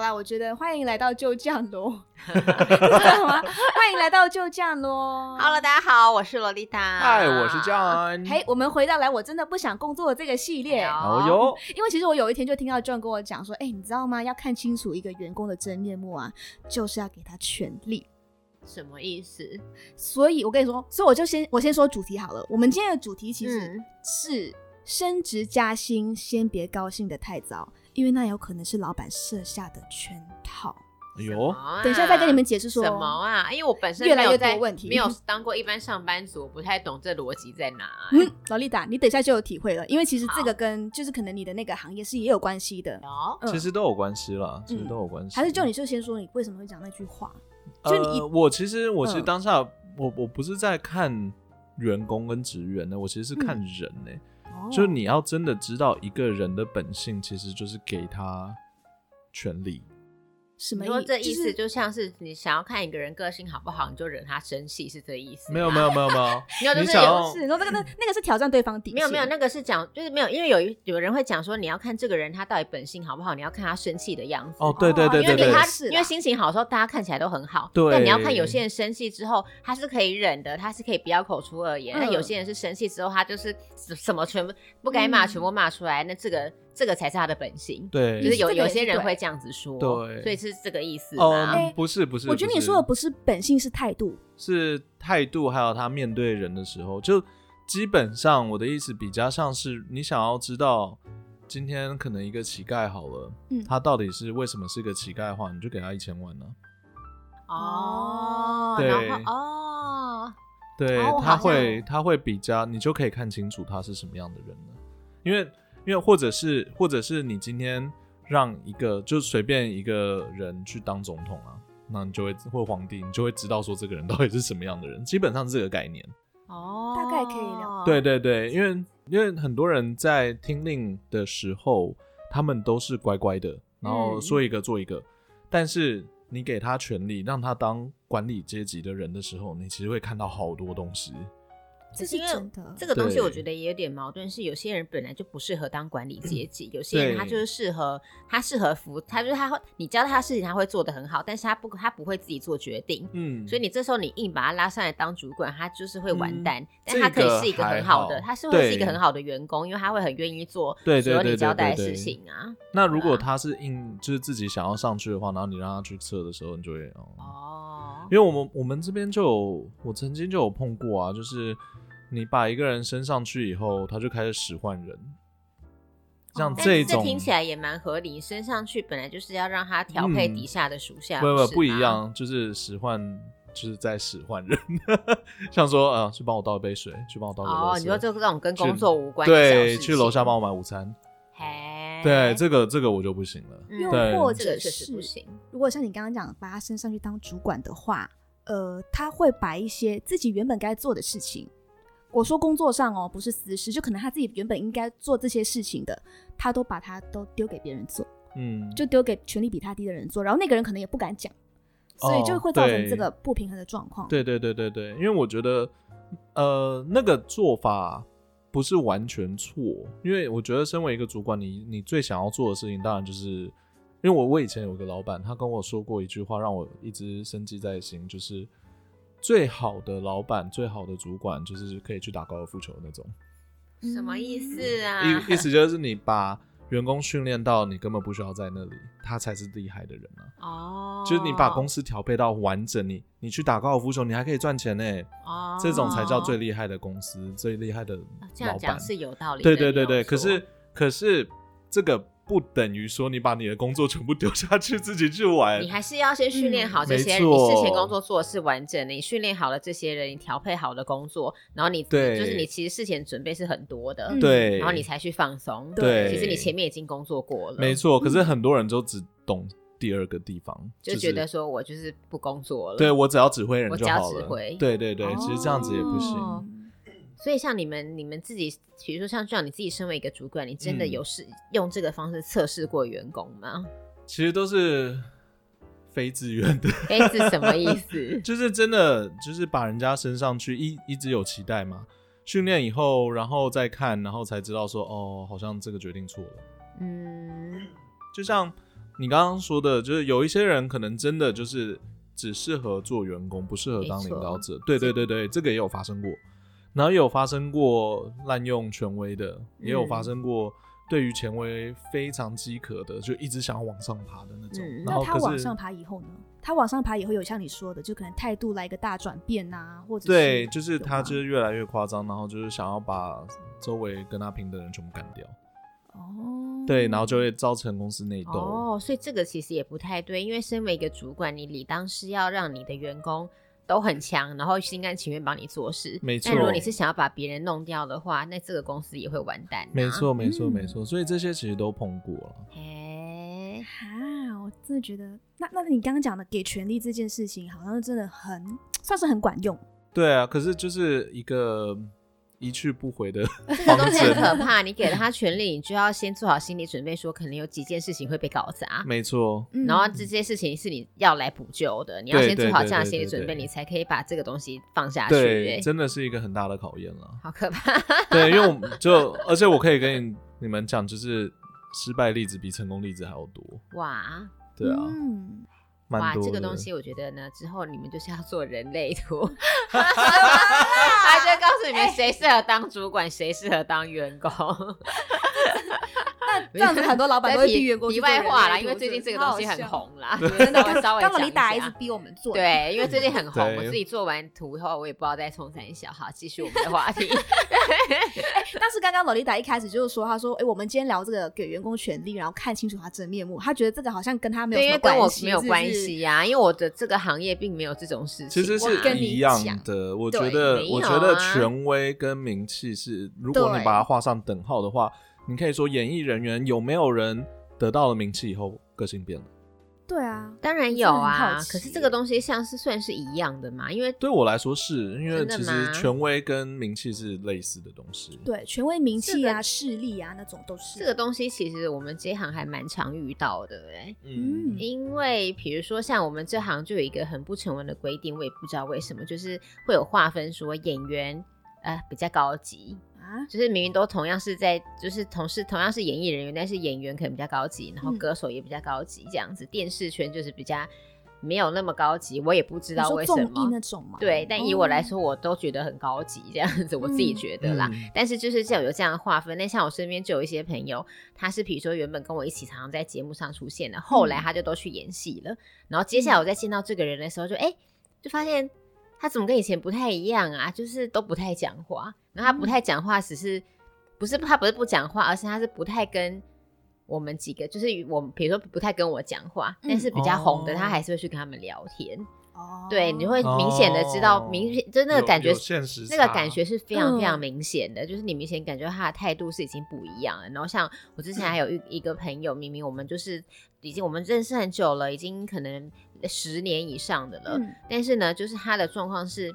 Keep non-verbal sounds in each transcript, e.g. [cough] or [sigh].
啦，我觉得欢迎来到就酱 [laughs] 喽，知道吗？欢迎来到就酱喽。 Hello，大家好，我是萝莉塔。嗨，哎我是 John。啊嘿，我们回到来，我真的不想工作的这个系哎列，哦哟，因为其实我有一天就听到 John 跟我讲说，哎、你知道吗？要看清楚一个员工的真面目啊，就是要给他权利。什么意思？所以我跟你说，所以我就先我先说主题好了。我们今天的主题其实嗯是升职加薪，先别高兴的太早，因为那有可能是老板设下的圈套。哎呦，哦啊等一下再跟你们解释说什么啊？因为我本身越来没有越多在问题没有当过一般上班族，我不太懂这逻辑在哪。嗯，劳丽达，你等一下就有体会了，因为其实这好个跟就是可能你的那个行业是也有关系的。哦，嗯其实都有关系啦，其实都有关系。还是就你就先说你为什么会讲那句话？呃，就你一我其实我其实嗯当下、我我不是在看员工跟职员呢，我其实是看人呢、嗯哦就是你要真的知道一个人的本性，其实就是给他权利。什么你意说这意就是思就像是你想要看一个人个性好不好，你就惹他生气，是这意思吗？没有没有没有 [laughs] 没有，没有，就你是想有要是你说这个那那个是挑战对方底线，没有没有，那个是讲就是没有，因为有一有人会讲说，你要看这个人他到底本性好不好，你要看他生气的样子。哦，对对对因为对你对他，是啊啦因为心情好的时候，大家看起来都很好。对但你要看有些人生气之后，他是可以忍的，他是可以不要口出恶言。嗯那、有些人是生气之后，他就是什什么全部不该骂，嗯全部骂出来。那这个这个才是他的本性。对，就是有这个也有是些人对会这样子说，对所以是这个意思哦、吗？哎不是不是，我觉得不你是说的不是本性，是态度。是态度，还有他面对人的时候，就基本上我的意思比较像是你想要知道，今天可能一个乞丐好了，嗯他到底是为什么是个乞丐的话，你就给他一千万呢、哦，对然后哦，对，哦我好他像会他会比较，你就可以看清楚他是什么样的人了，因为因为或者是或者是你今天让一个就随便一个人去当总统啊。那你就会或皇帝，你就会知道说这个人到底是什么样的人，基本上是这个概念。哦，大概可以了对对对，因为因为很多人在听令的时候，他们都是乖乖的，然后嗯说一个做一个。但是你给他权利，让他当管理阶级的人的时候，你其实会看到好多东西。这可是因为真的这个东西对我觉得也有点矛盾，是有些人本来就不适合当管理阶级，有些人对他就是适合他适合服，他就是他会你教他的事情他会做得很好，但是他不他不会自己做决定。嗯，所以你这时候你硬把他拉上来当主管，他就是会完蛋。但这他可以个是一个很还好的，好他是会是一个对很好的员工，因为他会很愿意做所对对有对你对交代的对事对情啊。那如果他是硬就是自己想要上去的话，然后你让他去测的时候，你就会哦，哦因，为我们我们这边就有我曾经就有碰过啊，就是你把一个人升上去以后，他就开始使唤人。像哦但是这种听起来也蛮合理，升上去本来就是要让他调配嗯底下的属下，不不是不一吗。样，就是使唤，就是在使唤人， [laughs] 像说啊，呃去帮我倒一杯水，去帮我倒个哦，你说这种跟去工作无关的小对，事去情楼下帮我买午餐，嘿，对，这个这个我就不行了。嗯又对或这个者确实是不，行。如果像你刚刚讲，把他升上去当主管的话，呃，他会把一些自己原本该做的事情，我说工作上哦，不是私事，就可能他自己原本应该做这些事情的，他都把他都丢给别人做，嗯，就丢给权力比他低的人做，然后那个人可能也不敢讲，所以就哦会造成对这个不平衡的状况。对对对对对，因为我觉得，呃，那个做法不是完全错，因为我觉得身为一个主管，你你最想要做的事情，当然就是，因为我我以前有一个老板，他跟我说过一句话，让我一直深记在心，就是最好的老板、最好的主管，就是可以去打高尔夫球那种，嗯什么意思嗯啊？意意思就是你把员工训练到你根本不需要在那里，他才是厉害的人啊。哦，就是你把公司调配到完整，你你去打高尔夫球，你还可以赚钱呢、哦，这种才叫最厉害的公司，最厉害的这样老板讲。是有道理的。对对对没有对，可错是可是这个不等于说你把你的工作全部丢下去自己去玩你。还是要先训练好这些，嗯没你错事前工作做的是完整的，你训练好了这些人，你调配好了工作，然后你对就是你其实事前准备是很多的，嗯对，然后你才去放松。对其实你前面已经工作过了，嗯没，错。可是很多人都只懂第二个地方，就是觉得说我就是不工作了。对我只要指挥人我就只要好指了挥。对对对，其实这样子也不行。哦所以像你们，你们自己，比如说像这样，你自己身为一个主管，你真的嗯有试、用这个方式测试过员工吗？其实都是非自愿的，？哎，是什么意思 [laughs] 就是真的就是把人家升上去，一一直有期待嘛。训练以后，然后再看，然后才知道说，哦，好像这个决定错了。嗯，就像你刚刚说的，就是有一些人可能真的就是只适合做员工，不适合当领导者。对对对对，这个也有发生过，然后也有发生过滥用权威的，也有嗯发生过对于权威非常饥渴的，就一直想要往上爬的那种。嗯然那后他可往是上爬以后呢？他往上爬以后有像你说的，就可能态度来一个大转变呐、或者是对，就是他有吗就是越来越夸张，然后就是想要把周围跟他平等的人全部干掉。哦，对，然后就会造成公司内斗。嗯哦，所以这个其实也不太对，因为身为一个主管，你理当是要让你的员工都很强，然后心甘情愿帮你做事。没但如错果你是想要把别人弄掉的话，那这个公司也会完蛋、啊没。错，没错，嗯没错。所以这些其实都碰过了。哎，啊，我真的觉得，那那你刚刚讲的给权力这件事情，好像真的很算是很管用。对啊，可是就是一个一去不 [laughs] 回的这个方东西很针。可怕。你给了他权利，你就要先做好心理准备，说可能有几件事情会被搞砸。没错，嗯然后这些事情是你要来补救的，你要对先做对好对这样的对心理对准备，对你才可以把这个东西放下去、对，哎。真的是一个很大的考验了好可怕！对，因为我们就，而且我可以跟你你们讲，就是失败例子比成功例子还要多。哇对啊，嗯，蛮哇，多这的。个东西我觉得呢，之后你们就是要做人 [laughs] 类图，啊他就会告诉你哎们谁适合当主管，谁适合当员工。 [laughs] 那这样子很多老板都会逼员工去题做外人类哎话啦，图因为最近这个东西很， [laughs] 红啦，真的很好笑我真的。 [laughs] 稍微刚好讲你打一直嗯下。逼我们做，，对，因为最近很红，对我自己做完图后，我也不知道在冲三小。好，继续我们的话题。 [laughs] 但是刚刚洛丽达一开始就是说，她说：“哎、我们今天聊这个给员工权利，然后看清楚他真面目。”她觉得这个好像跟他没有什么对，因为跟我系，没有是不关是系呀、因为我的这个行业并没有这种事情啊。其实我跟是你一样讲的，我对觉得，没有我觉得啊权威跟名气是，如果你对把它画上等号的话，你可以说演艺人员有没有人得到了名气以后个性变了？对啊，当我然真有的很好啊，可是奇这个东西像是算是一样的嘛，因为对我来说是，因为真的其吗实权威跟名气是类似的东西。对权威、名气这啊、个势力啊那种都是这个东西其实我们这一行还蛮常遇到的哎、嗯因为比如说像我们这行就有一个很不成文的规定，我也不知道为什么，就是会有划分说演员呃比较高级，啊，就是明明都同样是在就是同是同样是演艺人员，但是演员可能比较高级，然后嗯歌手也比较高级这样子，电视圈就是比较没有那么高级，我也不知你道说为什综么艺。那种嘛，对，但以我来哦，说，我都觉得很高级这样子，我自己嗯觉得啦。嗯但是就是这样有这样的划分。那像我身边就有一些朋友，他是比如说原本跟我一起常常在节目上出现的，后嗯来他就都去演戏了。然后接下来我再见到这个人的时候就，哎，就发现他怎么跟以前不太一样啊？就是都不太讲话。然后他不嗯太讲话，只是不是他不是不讲话，而是他是不太跟。我们几个就是我，比如说不太跟我讲话，但是比较红的，哦他还是会去跟他们聊天。哦对，你会明显的知道，哦明显就那个感觉有有，现实那个差感觉是非常非常嗯明显的，就是你明显感觉他的态度是已经不一样了。然后像我之前嗯还有一一个朋友，明明我们就是已经我们认识很久了，已经可能十年以上的了，嗯但是呢，就是他的状况是，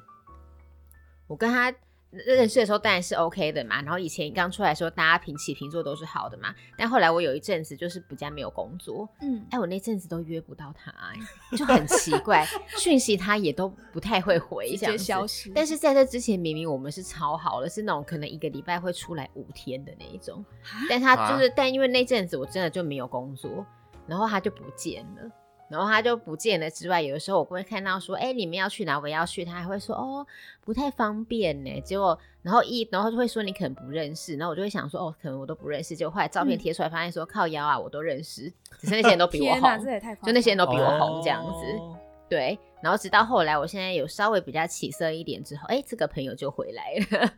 我跟他。认识的时候当然是 OK 的嘛，然后以前刚出来的时候，大家平起平坐都是好的嘛。但后来我有一阵子就是比较没有工作，嗯，哎、我那阵子都约不到他、哎就很奇 [laughs] 怪，讯息他也都不太会回，直这样接子消失，但是在这之前，明明我们是超好的，是那种可能一个礼拜会出来五天的那一种。啊但他就是，但因为那阵子我真的就没有工作，然后他就不见了。然后他就不见了之外，有的时候我会看到说，哎、你们要去哪？我也要去，他还会说，哦，不太方便呢。结果，然后一，然后就会说你可能不认识，然后我就会想说，哦，可能我都不认识。结果后来照片嗯贴出来，发现说、靠腰啊，我都认识，只是那 [laughs] 些人都比我天哪，这红，也太夸张就那些人都比我红哦这样子。对，然后直到后来，我现在有稍微比较起色一点之后，哎，这个朋友就回来了，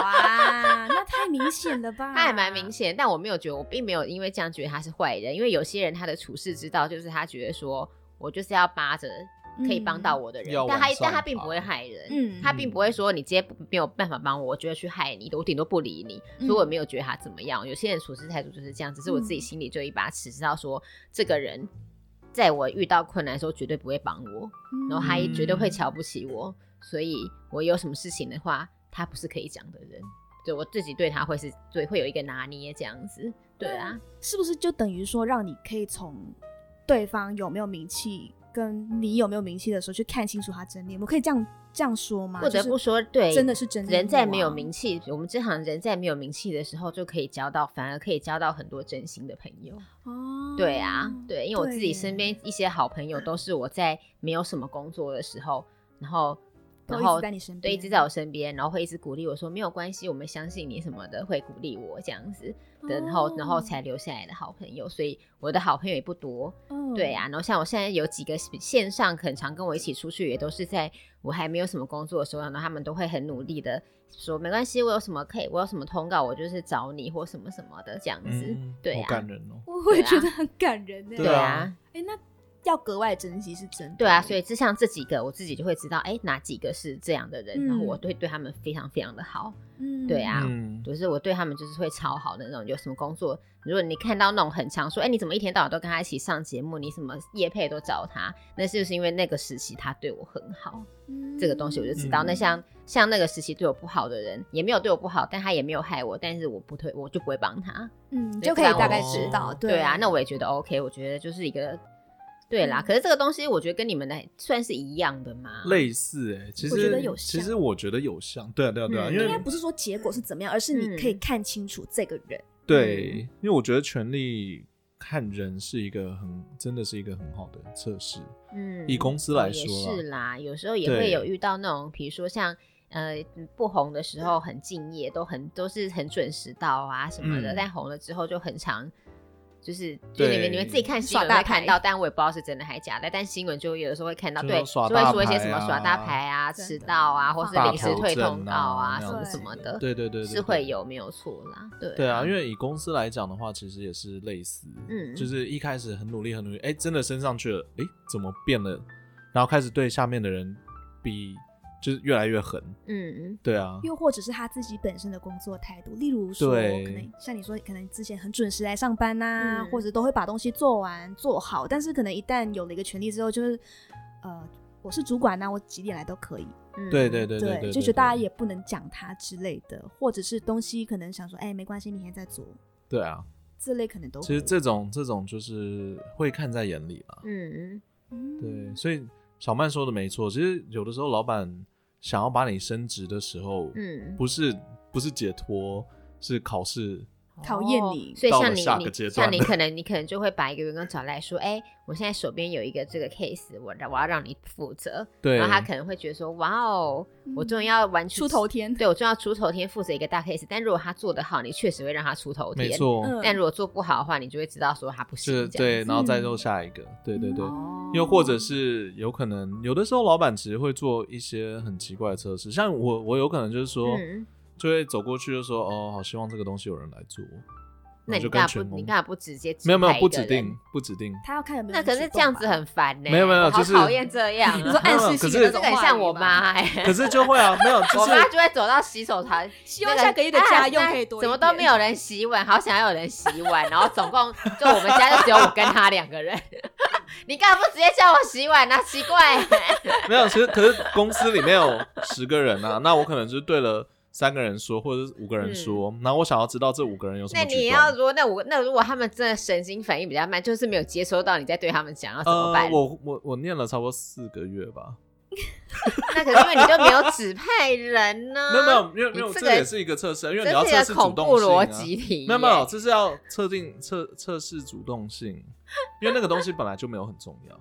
哇，那太明显了 [laughs] 吧？他还蛮明显，但我没有觉得，我并没有因为这样觉得他是坏人，因为有些人他的处事之道就是他觉得说我就是要扒着嗯，可以帮到我的人，要但他往上但他并爬不会害人，嗯他并不会说你今天不没有办法帮我，我就会去害你，我顶多不理你，所以我也没有觉得他怎么样。有些人处事态度就是这样，只是我自己嗯心里就有一把尺，知道说这个人在我遇到困难的时候绝对不会帮我。嗯，然后他也绝对会嗯瞧不起我，所以我有什么事情的话，他不是可以讲的人，对我自己对他会是对会有一个拿捏这样子，对啊，是不是就等于说让你可以从对方有没有名气跟你有没有名气的时候去看清楚他真面目，可以这样这样说吗？不得不说，对，真的是真面目啊人在没有名气，我们这行人在没有名气的时候，就可以交到，反而可以交到很多真心的朋友。就是哦，对啊，对，因为我自己耶身边一些好朋友都是我在没有什么工作的时候，然后都然一后直在你身边，对一直在我身边，然后会一直鼓励我说没有关系，我们相信你什么的，会鼓励我这样子，的然后然后才留下来的好朋友。所以我的好朋友也不多，嗯对啊，然后像我现在有几个线上很常跟我一起出去，也都是在我还没有什么工作的时候，然后他们都会很努力的说没关系，我有什么可以，我有什么通告，我就是找你或什么什么的这样子，嗯，对好感啊，人哦。 [laughs] 我会对啊觉得很感人呢。对啊啊。哎，那要格外珍惜是真的，对啊，所以就像这几个，我自己就会知道，哎，哪几个是这样的人，然后嗯我对对他们非常非常的好，嗯对啊嗯，就是我对他们就是会超好的那种。有什么工作，如果你看到那种很常说，哎，你怎么一天到晚都跟他一起上节目，你什么夜配都找他，那就是因为那个时期他对我很好，嗯这个东西我就知道。嗯那像像那个时期对我不好的人，也没有对我不好，但他也没有害我，但是我不推，我就不会帮他。嗯，你对就可以不然大概我知道，哦对啊，那我也觉得 OK，我觉得就是一个。对啦，嗯可是这个东西我觉得跟你们的算是一样的嘛，类似哎、其我觉得实有其像实我觉得有像，对啊对啊对啊，嗯因应为该不是说结果是怎么样，而是你可以看清楚这个人，对，因为我觉得权力看人是一个很，真的是一个很好的测试。嗯以公司来说啦也是啦，有时候也对会有遇到那种，比如说像呃不红的时候很敬业，都很都是很准时到啊什么的，嗯但红了之后就很常。就是，就你对们你们自己看新耍闻大会牌看到，但我也不知道是真的还假的。但新闻就有的时候会看到，就对，就耍会大说一些牌什么啊耍大牌啊、真迟的到啊，或是大临时头退阵通告啊啊什么那什样么子的，对对对对，是对会。有没有错啦。对对啊，因为以公司来讲的话，其实也是类似，嗯就是一开始很努力很努力，哎，真的升上去了，哎，怎么变了？然后开始对下面的人比，就是越来越狠，嗯对啊，又或者是他自己本身的工作态度，例如说，对可能像你说，可能之前很准时来上班呐、嗯或者都会把东西做完做好，但是可能一旦有了一个权利之后，就是呃，我是主管呐、我几点来都可以，嗯，对对对对，就觉得大家对也不能讲他之类的，或者是东西可能想说，哎、没关系，明天再做，对啊，这类可能哦都会其实这种这种就是会看在眼里啦，嗯嗯对，所以小曼说的没错，其实有的时候老板想要把你升职的时候，嗯，不是不是解脱，是考试。讨厌哦你所以到像了你下个你阶像段你了可能你可能就会把一个员工找来说，哎、我现在手边有一个这个 case，我我要让你负责，对，然后他可能会觉得说，哇哦，我终于要完嗯出头，天，对我终于要出头天负责一个大 case，但如果他做得好，你确实会让他出头天，没。错，嗯但如果做不好的话，你就会知道说他不行是，这样对，子然后再做下一个，对对对。嗯哦又或者是有可能，有的时候老板其实会做一些很奇怪的测试，像我，我有可能就是说，嗯就会走过去就说，哦，好希望这个东西有人来做，那然后你就干跟嘛不全你工干嘛不直接指没有没有派一不个指人定？不指定，他要看有没有那人可是举报这样吧子很烦呢、没有没有我好就是讨厌这样啊、你说暗没有示可性的是那这种个很话像语我吗妈哎、可是就会啊，[laughs] [laughs] 没有，就我妈是就会走到洗手台，希望那个下个月的家用啊可以多一怎么点都没有人洗碗，好想要有人洗碗。然后总共就我们家就只有我跟他两个人。 [laughs] 你干嘛不直接叫我洗碗呢、奇 [laughs] 怪、 [laughs] 没有，其实可是公司里面有十个人啊，那我可能就对了三个人说，或者是五个人说，然后我想要知道这五个人有什么嗯那举动。呃你要如果那我那如果他们真的神经反应比较慢，就是没有接收到你在对他们讲，要怎么办？呃、我我我念了差不多四个月吧，那可是因为你就没有指派人呢、没有没有，没有没有，嗯你这这个个也是一个测试啊，因为你要这测是试一个主恐动怖性、逻啊。辑题、没有没有，，这是要测定测测试主动性，因为那个东西本来就没有很重 [laughs] 要。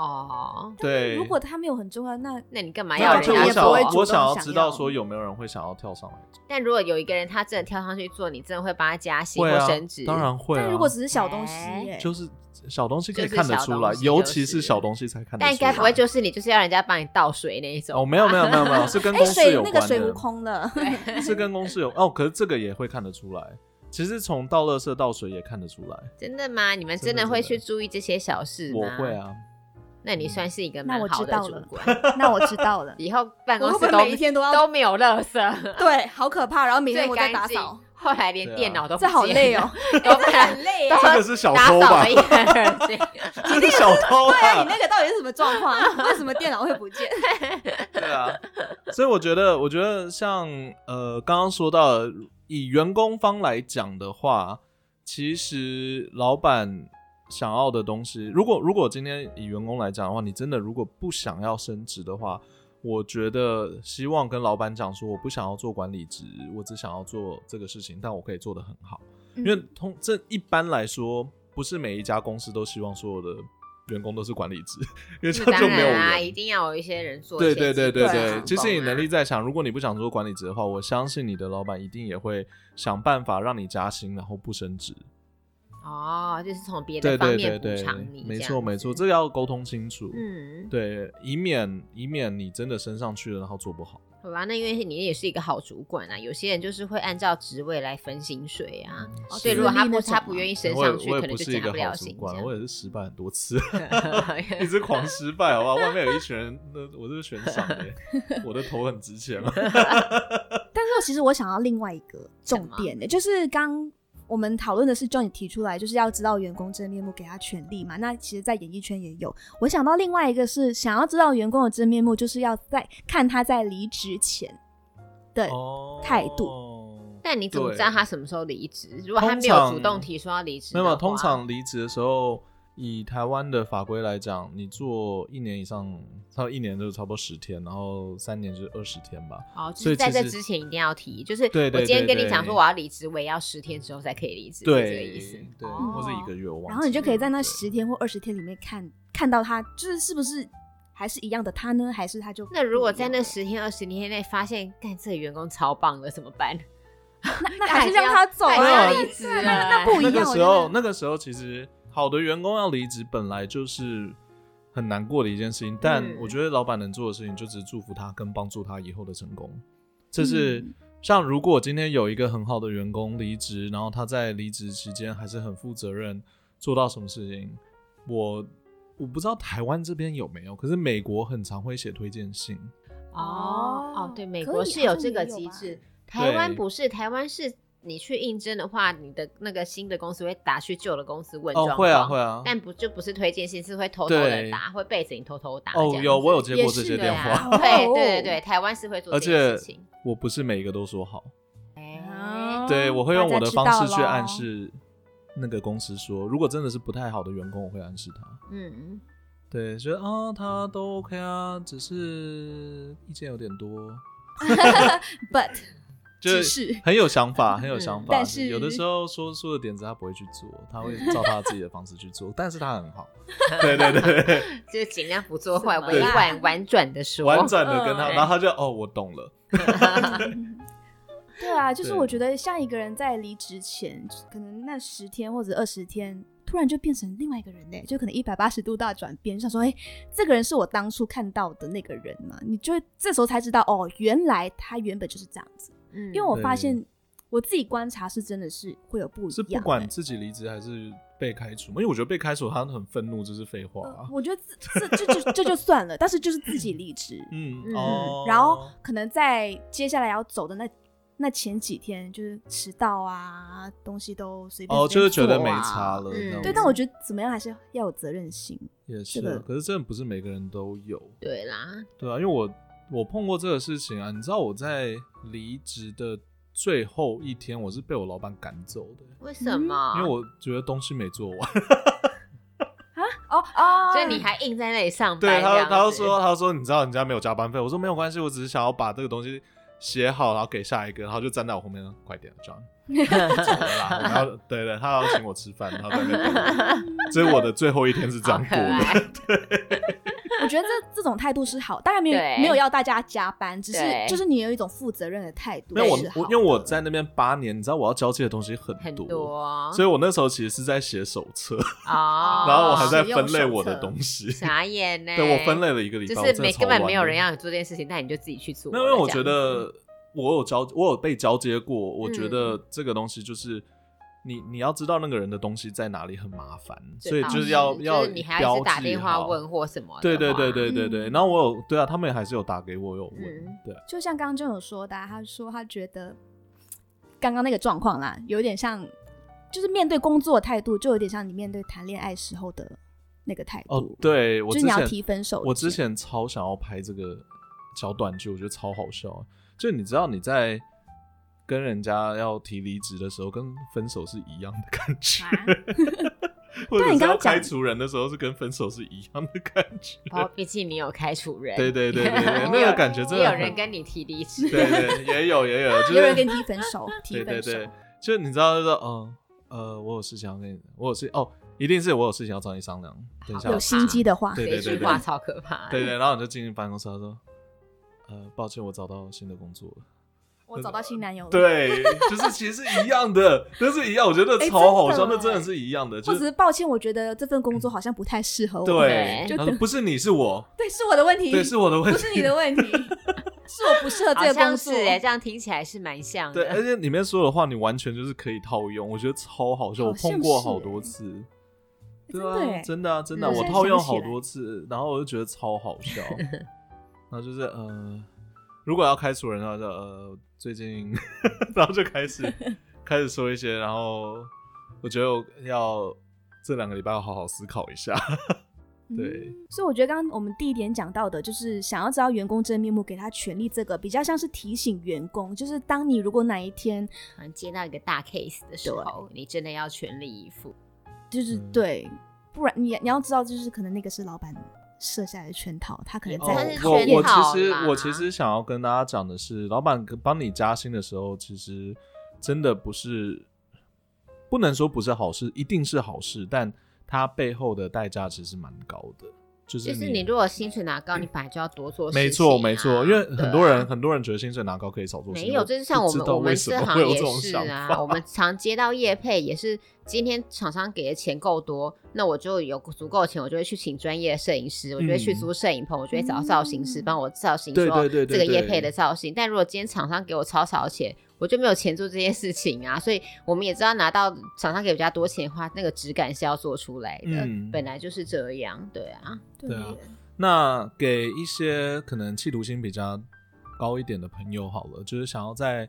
哦，对，如果他没有很重要，那那你干嘛没要有，人就那我家也想不会主？做我动想要想知道要说有没有人会想要跳上来做，但如果有一个人他真的跳上去做，你真的会帮他加薪会或啊升职、，当然会、啊。但如果只是小东西哎耶，就是小东西可以就是看得小出东来，西尤就其是是小东西才看得出来。但该不会就是你就是要人家帮你倒水那一种？哦，没有没有没 [laughs] 有没有，是跟哎，公司水有那关个的，水壶空了， [laughs] 是跟公司有哦。可是这个也会看得出来，其实从倒垃圾到水也看得出来。真的吗？你们真的会去注意这些小事我吗？会。啊，那你算是一个那蛮我好知的道主了管。 [laughs] 那我知道 [laughs] 了。以后办公我会室不会都每一天都要都没有垃圾，对，好可怕。然 [laughs] 后每天最我在打干净 [laughs] 扫，。后来连对啊电脑都不这好见累了哦，， [laughs] [laughs] 都这很 [laughs] 累啊都这个是小打偷扫吧的？一干二净。 [laughs] 这是小偷对啊，你吧？那个到底是什么状况？ [laughs] 为什么电脑会不见？对啊，所以我觉得，我觉得像呃，刚刚说到的以员工方来讲的话，其实老板想要的东西。如果如果今天以员工来讲的话，你真的如果不想要升职的话，我觉得希望跟老板讲说，我不想要做管理职，我只想要做这个事情，但我可以做得很好。嗯因因为通这一般来说，不是每一家公司都希望所有的员工都是管理职，因为 [laughs] 这那样就当没有然啊，人。一定要有一些人做一对些对基本的对工啊。对对对，啊即使你能力再强，如果你不想做管理职的话，我相信你的老板一定也会想办法让你加薪，然后不升职。哦，就是从别对的方对面对补对偿你，，没这错样没错，子这个要沟通清楚。嗯，对，以免以免你真的升上去了，然后做不好。好吧，那因为你也是一个好主管啊，有些人就是会按照职位来分薪水啊，哦所以是如果私他密不那种他吗不愿意升我上也去，我可也能不就是一加个不了好主薪管，我也是失败很多次， [laughs] 这样。一 [laughs] 直狂失败，好不好？外面有一群人，那我是悬 [laughs] 赏的耶，我的头很值钱嘛。但是其实我想要另外一个什重么点的，就是刚我们讨论的是 John 提出来，就是要知道员工真面目，给他权利嘛。那其实，在演艺圈也有。我想到另外一个是想要知道员工的真面目，就是要在看他在离职前的哦态度 [laughs] 但你怎么对知道他什么时候离职？如果他通没有主常动提出要离职没的话，有，通常离职的时候，以台湾的法规来讲，你做一年以上，差不多一年就差不多十天，然后三年就是二十天吧。好，哦就所是以在其这实之前一定要提，就是我对对今天对跟你讲说对我要离职，我也要十天之后才可以离职，是这个意思对。对，或是一个哦月，我忘记然后你就可以在那了十天或二十天里面看看到他，就是是不是还是一样的他呢？还是他就那如果不一在样那了十天二十天内发现，干这个员工超棒了，怎么办？那那还是让他走还是啊要没？有离职了，那那不一那样。个我时觉候得，那个时候其实好的员工要离职本来就是很难过的一件事情，但嗯我觉得老板能做的事情就只是祝福他跟帮助他以后的成功。这是、嗯像如果今天有一个很好的员工离职，然后他在离职期间还是很负责任，做到什么事情，我我不知道台湾这边有没有，可是美国很常会写推荐信。哦哦，对，美可国以是好有像这也个有机吧制，台湾对不是，台湾是你去应征的话，你的那个新的公司会打去旧的公司问哦状，况，会啊会啊，但不就不是推荐信，是会偷偷的对打，会背着你偷偷打这样哦子。有我有接也过这是些的电对话，啊话对对对哦对，台湾是会做而这件且事情。我不是每一个都说好。哎哦对，我会用我的方式去暗。大家知道咯示那个公司说，如果真的是不太好的员工，我会暗示他。嗯，对，觉得啊，他都 OK 啊，只是意见有点多， But 就只是很有想法，很有想法。嗯但是有的时候说说的点子他不会去做，他会照他自己的方式去做，但是他 [laughs] 很好。对对对，就是尽量不做坏，什么委啦婉婉转的说。婉转的跟他，嗯然后他就哦，我懂了。对啊，就是对我觉得像一个人在离职前，可能那十天或者二十天，突然就变成另外一个人嘞，就可能一百八十度大转变，就想说，哎、这个人是我当初看到的那个人嘛？你就会这时候才知道，哦，原来他原本就是这样子。因因为我对发现我自己观察是真的是会有不一样、欸是不管自己离职还是被开除吗，因为我觉得被开除他很愤怒，这是废话呃啊。我觉得这这这就这就算了，但是就是自己离职，嗯嗯哦，然后可能在接下来要走的那那前几天，就是迟到啊，东西都随便哦，随就便是觉得没做啊差了。嗯这样对，子但我觉得怎么样还是要有责任心。也这是个啊，可是真的不是每个人都有，对啦，对啊，因为我我碰过这个事情啊，你知道我在离职的最后一天，我是被我老板赶走的，为什么？嗯啊因为我觉得东西没做完，哦哦所以 [laughs] 你还硬在那里上班。对这他样他就子说他就说你知道人家没有加班费，我说没有关系，我只是想要把这个东西写好，然后给下一个，然后就站在我后面，快点，John，[laughs] 走了啦，然后对对，他要请我吃饭，然后在那边等嗯我，这是我的最后一天是这样好可过的。爱我觉得这这种态度是好，当然没有对没有要大家加班，只是对就是你有一种负责任的态度没有我是好我的因为我在那边八年，你知道我要交接的东西很多，所以我那时候其实是在写手册，哦，然后我还在分类我的东西。傻眼呢。对，我分类了一个礼拜，就我是真的没超根本没有乱的人要你做这件事情，但你就自己去做了。嗯没有，因为我这样觉得我有交，我有被交接过，我嗯觉得这个东西就是。你你要知道那个人的东西在哪里很麻烦，对所以吧就是要就要是你还要一直打标记电话好问或什么的对对对话对对对。嗯然后我有对啊，他们也还是有打给我有问，嗯对就像刚刚就有说的啊、他说他觉得刚刚那个状况啦，有点像，就是面对工作的态度，就有点像你面对谈恋爱时候的那个态度。哦，对我就是之你要前提分手我之前前超想要拍这个小短剧，我觉得超好笑。啊就你知道你在跟人家要提离职的时候，跟分手是一样的感觉。啊， [laughs] 或者你是刚要刚讲开除人的时候是跟分手是一样的感觉。哦，毕竟你有开除人， [laughs] 对对对对对，那个感觉真也的有很人跟你提离职，对对也有也有，就 [laughs] 有人是跟你提分手，提对分对手，对，就你知道就是嗯呃，我有事情要跟你，我有事哦，一定是我有事情要找你商量。等一下啊好有，心机的话，对这对一句对话对，超可怕。对对，然后你就进办公室，他说。呃，抱歉，我找到新的工作了。我找到新男友了，，对，就是其实是一样的，那是一样，我觉得哎超好真的笑，那真的哎是一样的，就或者是是抱歉，我觉得这份工作好像不太适合我，对。对就他说不是你是我，对，是我的问题，对，是我的问不题，是你的问 [laughs] 题，是我不适合好这个工像作是。哎，这样听起来是蛮像对，哎而的。且里面说的话你完全就是可以套用，我觉得超好笑，好我碰像过是好欸多次。真对的啊，欸真的啊，真的啊、嗯我现在套用想起好来多次，然后我就觉得超好 [laughs] 笑。然后就是呃，如果要开除人的话，就呃最近， [laughs] 然后就开 [laughs] 始开始说一些，然后我觉得我要这两个礼拜要好好思考一下。对嗯所以我觉得刚刚我们第一点讲到的，就是想要知道员工真面目，给他权利，这个比较像是提醒员工，就是当你如果哪一天可能接到一个大 case 的时候，你真的要全力以赴。就是、嗯对，不然你你要知道，就是可能那个是老板设下来的圈套，他可能也在不算是哦我圈我套其实啦我其实想要跟大家讲的是，老板帮你加薪的时候，其实真的不是不能说不是好事，一定是好事，但它背后的代价其实蛮高的，就是嗯就是你如果薪水拿高，你本来就要多做事情啊。没错没错，因对为啊很多人、很多人觉得薪水拿高可以少做事没情，有，就是像我不知们道我为们什这么行会有也这种是想啊，法，我们常接到业配也是，今天厂商给的钱够多，那我就有足够的钱，我就会去请专业的摄影师，我就会去嗯租摄影棚，我就会找造型师嗯帮我造型，对说对对这对个对业配的造型。但如果今天厂商给我超少的钱，我就没有钱做这些事情啊，所以我们也知道拿到厂商给比较多钱的话，那个质感是要做出来的，嗯本来就是这样，对啊，对对啊那给一些可能企图心比较高一点的朋友好了，就是想要在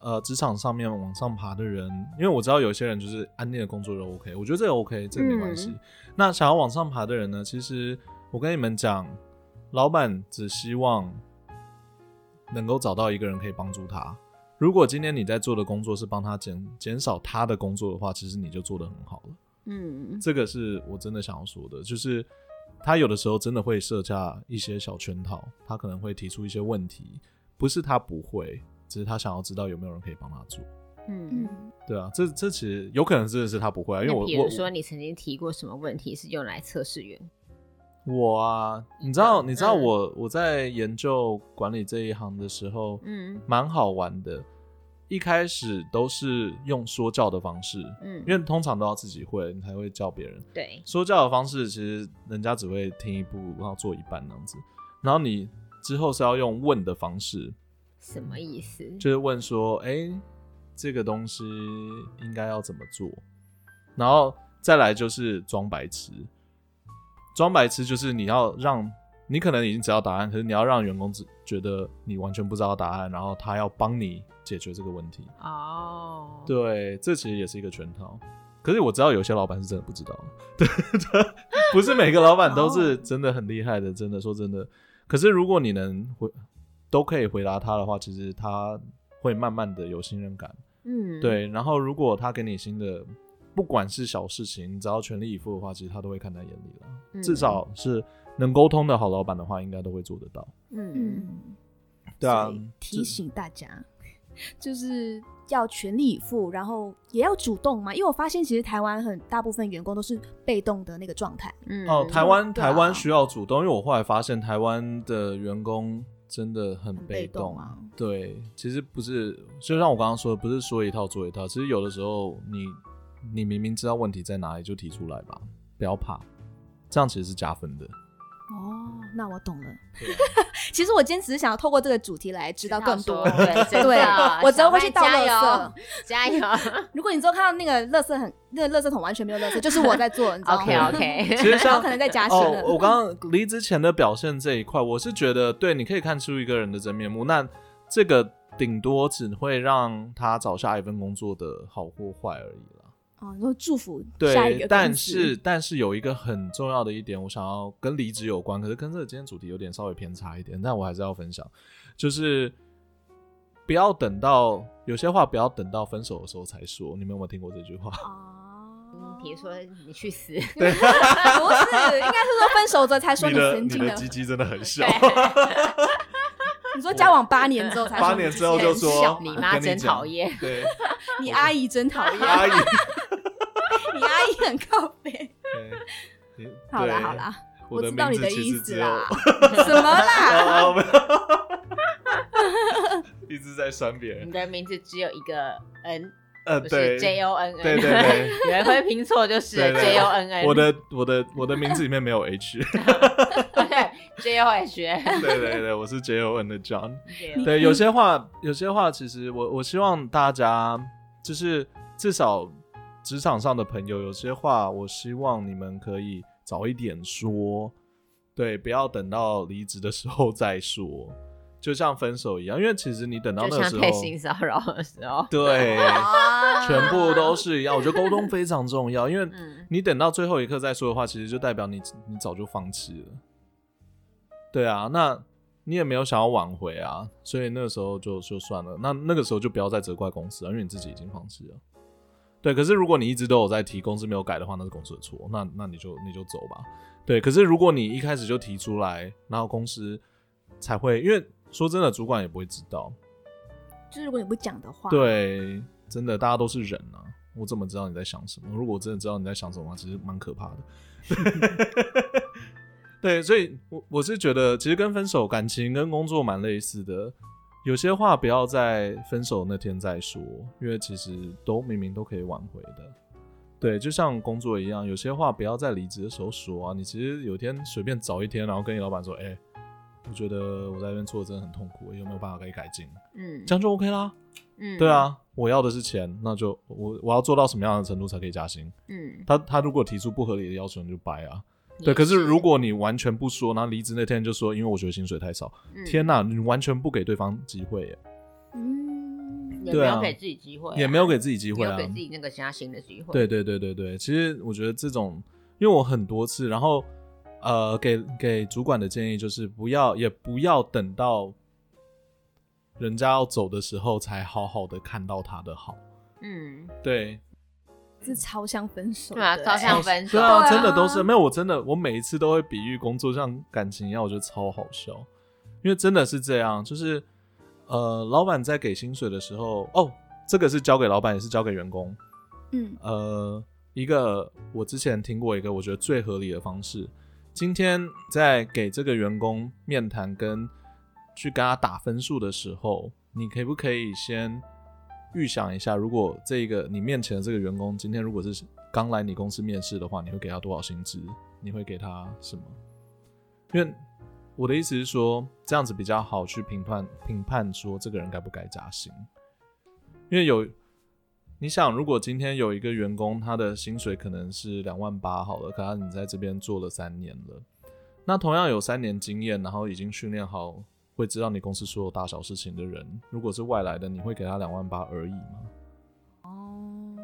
呃职场上面往上爬的人，因为我知道有些人就是安定的工作就 OK，我觉得这个 OK，这个没关系。嗯那想要往上爬的人呢，其实我跟你们讲，老板只希望能够找到一个人可以帮助他。如果今天你在做的工作是帮他减减少他的工作的话，其实你就做得很好了。嗯，这个是我真的想要说的，就是他有的时候真的会设下一些小圈套，他可能会提出一些问题，不是他不会，只是他想要知道有没有人可以帮他做。嗯嗯，对啊，这这其实有可能真的是他不会啊，因为那我比如我说你曾经提过什么问题是用来测试员工我啊，你知道嗯你知道我、我在研究管理这一行的时候，嗯蛮好玩的。一开始都是用说教的方式，嗯，因为通常都要自己会，你才会教别人。对，说教的方式，其实人家只会听一步，然后做一半那样子。然后你之后是要用问的方式，什么意思？就是问说，哎、这个东西应该要怎么做？然后再来就是装白痴，装白痴就是你要让你可能已经知道答案，可是你要让员工只觉得你完全不知道答案，然后他要帮你解决这个问题。哦，对，这其实也是一个圈套。可是我知道有些老板是真的不知道，对， [laughs] 不是每个老板都是真的很厉害的，真的说真的。可是如果你能回都可以回答他的话，其实他会慢慢的有信任感。嗯，对，然后如果他给你新的，不管是小事情，你只要全力以赴的话，其实他都会看在眼里嗯了。至少是能沟通的好老板的话，应该都会做得到。嗯，嗯，对啊所以，提这醒大家，就是要全力以赴，然后也要主动嘛，因为我发现其实台湾很大部分员工都是被动的那个状态，嗯哦，台湾对啊台湾需要主动，因为我后来发现台湾的员工真的很很被被动动啊。对，其实不是，就像我刚刚说的，不是说一套做一套。其实有的时候你你明明知道问题在哪里，就提出来吧，不要怕，这样其实是加分的。哦，那我懂了。啊 [laughs] 其实我今天只是想要透过这个主题来知道更多。啊知道说 [laughs] 对真的我之后小会去麦倒垃加油圾。加油 [laughs] 如果你之后看到那个垃圾很，那个垃圾桶完全没有垃圾，就是我在做，你知道吗，OK [laughs] 其 OK，实然后像可能在加薪哦了，。我刚刚离职前的表现这一块，我是觉得对，你可以看出一个人的真面目。那这个顶多只会让他找下一份工作的好或坏而已啦。哦，你说祝福下一对个，但公司是但是有一个很重要的一点，我想要跟离职有关，可是跟这个今天主题有点稍微偏差一点，但我还是要分享，就是不要等到有些话不要等到分手的时候才说。你们有没有听过这句话？哦，比如说你去死，对，呃不是，应该是说分手之后才说你你的曾你经的的，鸡鸡真的很小， [laughs] [laughs] 你说交往八年之后才说八年之后就说你我妈跟真讲讨厌，对， [laughs] 你阿姨真讨厌， [laughs] 阿姨，你阿姨很靠北。对你好啦对好啦，我知道你名字的其意实思只有 [laughs] 啦， [laughs] 什么啦？啊没有 [laughs] 一直在酸别人你，的名字只有一个 N，呃，不对是 J O N N，对对对， [laughs] 有人会拼错就是对对 J O N N，我的我的我的名字里面没有 H， [laughs] 对 J O H，对对对，我是 J O N 的 John。你对，有些话，有些话，其实我我希望大家就是至少职场上的朋友，有些话我希望你们可以早一点说，对，不要等到离职的时候再说，就像分手一样，因为其实你等到就那个像时被性候，骚扰的时候，对，啊全部都是一样。我觉得沟通非常重要，因为嗯，你等到最后一刻再说的话，其实就代表你你早就放弃了。对啊，那你也没有想要挽回啊，所以那个时候就就算了。那那个时候就不要再责怪公司了，因为你自己已经放弃了。对，可是如果你一直都有在提，公司没有改的话，那是公司的错，那那你就你就走吧。对，可是如果你一开始就提出来，然后公司才会，因为说真的，主管也不会知道。 [laughs] 就是如果你不讲的话，，对，真的，大家都是人啊，我怎么知道你在想什么？如果我真的知道你在想什么的话，其实蛮可怕的。 [laughs] 对，所以我我是觉得，其实跟分手、感情跟工作蛮类似的，有些话不要在分手那天再说，因为其实都明明都可以挽回的。对，就像工作一样，有些话不要在离职的时候说啊。你其实有一天随便找一天，然后跟你老板说：“哎、我觉得我在那边做的真的很痛苦，有没有办法可以改进？”嗯这样就 OK 啦。嗯对，啊，我要的是钱，那就我我要做到什么样的程度才可以加薪？嗯，他他如果提出不合理的要求，你就掰啊。对，也可是如果你完全不说，然后离职那天就说，因为我觉得薪水太少，嗯天哪，你完全不给对方机会耶，嗯，也对没啊有给自己机会啊，也没有给自己机没会有啊给。自己那个加薪的机会，对对对对对，其实我觉得这种，因为我很多次，然后呃，给给主管的建议就是不要，也不要等到人家要走的时候才好好的看到他的好。嗯，对，是超像分手对的啊，欸，照相分手对，啊，对啊真的都是没有，我真的我每一次都会比喻工作像感情一样，我觉得超好笑，因为真的是这样，就是呃，老板在给薪水的时候，哦，这个是交给老板，也是交给员工，嗯，呃，一个我之前听过一个我觉得最合理的方式，今天在给这个员工面谈跟去跟他打分数的时候，你可不可以先预想一下，如果这个你面前的这个员工今天如果是刚来你公司面试的话，你会给他多少薪资？你会给他什么？因为我的意思是说，这样子比较好去评判评判说这个人该不该加薪，因为有你想，如果今天有一个员工，他的薪水可能是两万八好了，可他你在这边做了三年了，那同样有三年经验，然后已经训练好，会知道你公司所有大小事情的人，如果是外来的，你会给他两万八而已吗？哦，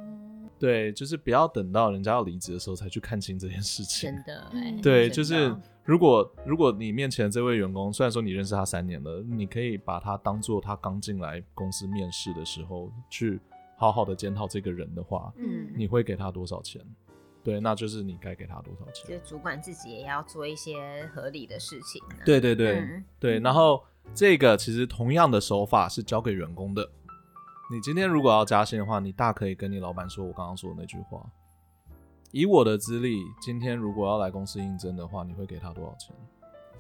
对，就是不要等到人家要离职的时候才去看清这件事情。真的欸，嗯真的对，就是如果如果你面前的这位员工，虽然说你认识他三年了，你可以把他当做他刚进来公司面试的时候去好好的检讨这个人的话，嗯嗯，你会给他多少钱？对，那就是你该给他多少就钱。是主管自己也要做一些合理的事情啊，对对对、嗯对，然后这个其实同样的手法是交给员工的。你今天如果要加薪的话，你大可以跟你老板说我刚刚说的那句话。以我的资历，今天如果要来公司应征的话，你会给他多少钱？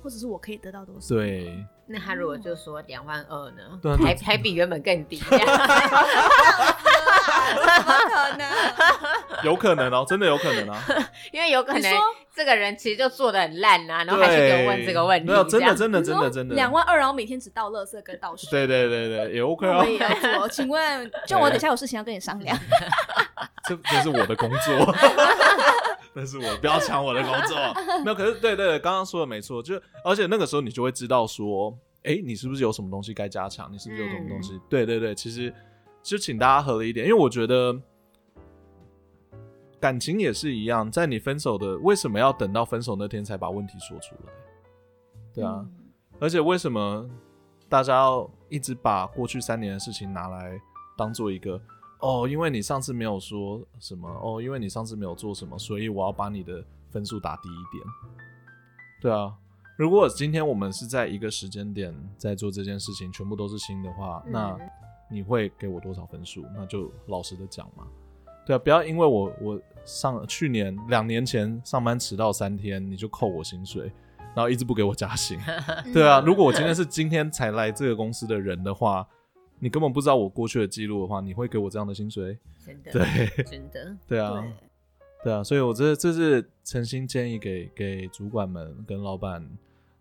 或者是我可以得到 [laughs] 多少？对，那他如果就说两万二呢对啊，还那还比原本更低， [laughs] 怎么可能？ [laughs] 有可能哦，真的有可能啊。因为有可你能说这个人其实就做的很烂 [laughs] 啊，然后还去给对，我问这个问题，没有，真这的，样真的，你真说的，真的，两。万二，然后每天只倒垃圾跟倒水，对对对对，也 OK 啊我。也要做。请问，就我等一下有事情要跟你商量。这这是我的工作， [laughs] 但是我不要抢我的工 [laughs] 作。没有，可是对对对，刚刚说的没错，就而且那个时候你就会知道说，哎，你是不是有什么东西该加强？你是不是有什么东嗯西？对对对，其实就请大家合理一点，因为我觉得感情也是一样，在你分手的为什么要等到分手那天才把问题说出来？对啊，嗯而且为什么大家要一直把过去三年的事情拿来当做一个哦，因为你上次没有说什么，哦，因为你上次没有做什么，所以我要把你的分数打低一点。对啊，如果今天我们是在一个时间点在做这件事情，全部都是新的话，嗯那你会给我多少分数？那就老实的讲嘛。对啊，不要因为我我上去年两年前上班迟到三天，你就扣我薪水，然后一直不给我加薪。 [laughs] [laughs] 对啊，如果我今天是今天才来这个公司的人的话，你根本不知道我过去的记录的话，你会给我这样的薪水？真的，对，[laughs] 真的，对啊，对啊，所以我这这是诚心建议给给主管们跟老板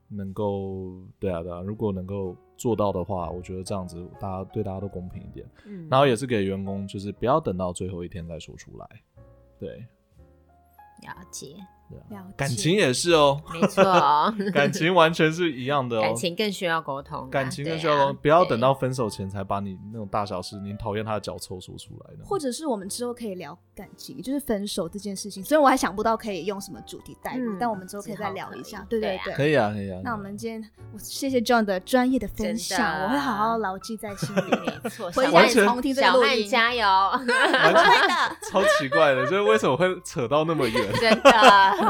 能够，对啊对啊，如果能够做到的话，我觉得这样子大家对大家都公平一点，嗯，然后也是给员工，就是不要等到最后一天再说出来，对，了解，了解感情也是哦，没错哦， [laughs] 感情完全是一样的哦，感情更需要沟通啊，感情对的啊时候，不要等。对到分手前才把你那种大小事，你讨厌他的脚臭说出来的。或者是我们之后可以聊感情，就是分手这件事情。虽然我还想不到可以用什么主题带入，嗯但我们之后可以再聊一之下后。可对以对对啊对，可以啊，可以啊。那我们今天我谢谢 John 的专业的分享，真的我会好好牢记在心 [laughs] 里。没错，回家小完也全重听这个小录曼音，加油，完全 [laughs] 超奇怪的，就是为什么会扯到那么 [laughs] 远？真的，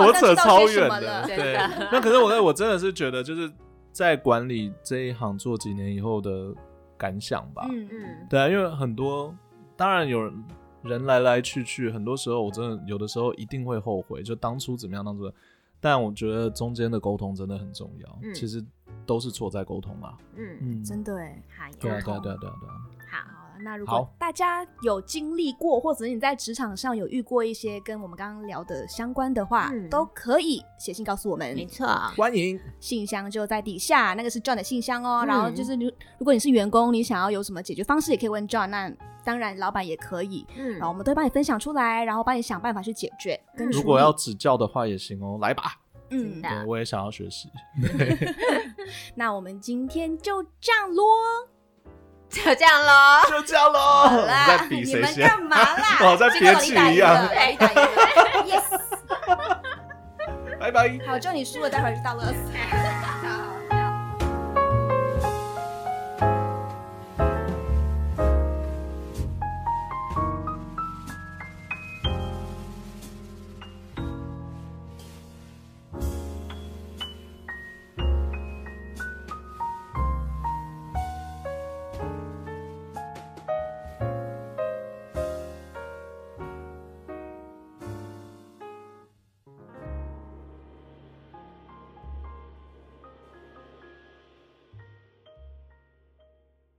我扯我知道超远是什么了真对的，那可是我在我真的是觉得，就是在管理这一行做几年以后的感想吧。 [laughs] 嗯嗯， [laughs] 嗯，对啊，因为很多，当然有人人来来去去，很多时候我真的有的时候一定会后悔，就当初怎么样，当初怎么样。但我觉得中间的沟通真的很重要，嗯其实都是错在沟通啦。嗯，嗯，真的哎。好呀，对啊，对啊，对啊，对啊，对啊。好，好，那如好果大家有经历过，或者是你在职场上有遇过一些跟我们刚刚聊的相关的话，嗯都可以写信告诉我们没。错，欢迎，信箱就在底下，那个是 John 的信箱哦。嗯然后就是如如果你是员工，你想要有什么解决方式，也可以问 John。那当然，老板也可以，嗯然后我们都会帮你分享出来，然后帮你想办法去解决。跟嗯处如理果要指教的话也行哦，来吧，嗯，对啊对我也想要学习。那我们今天就这样咯。就这样喽。就这样喽，好啦我们哦在比你谁们先，干嘛啦？ [laughs] [laughs] 好像这个憋气一样你打赢了你打赢了，yes。拜拜。好，就你输了，待会儿去倒垃圾。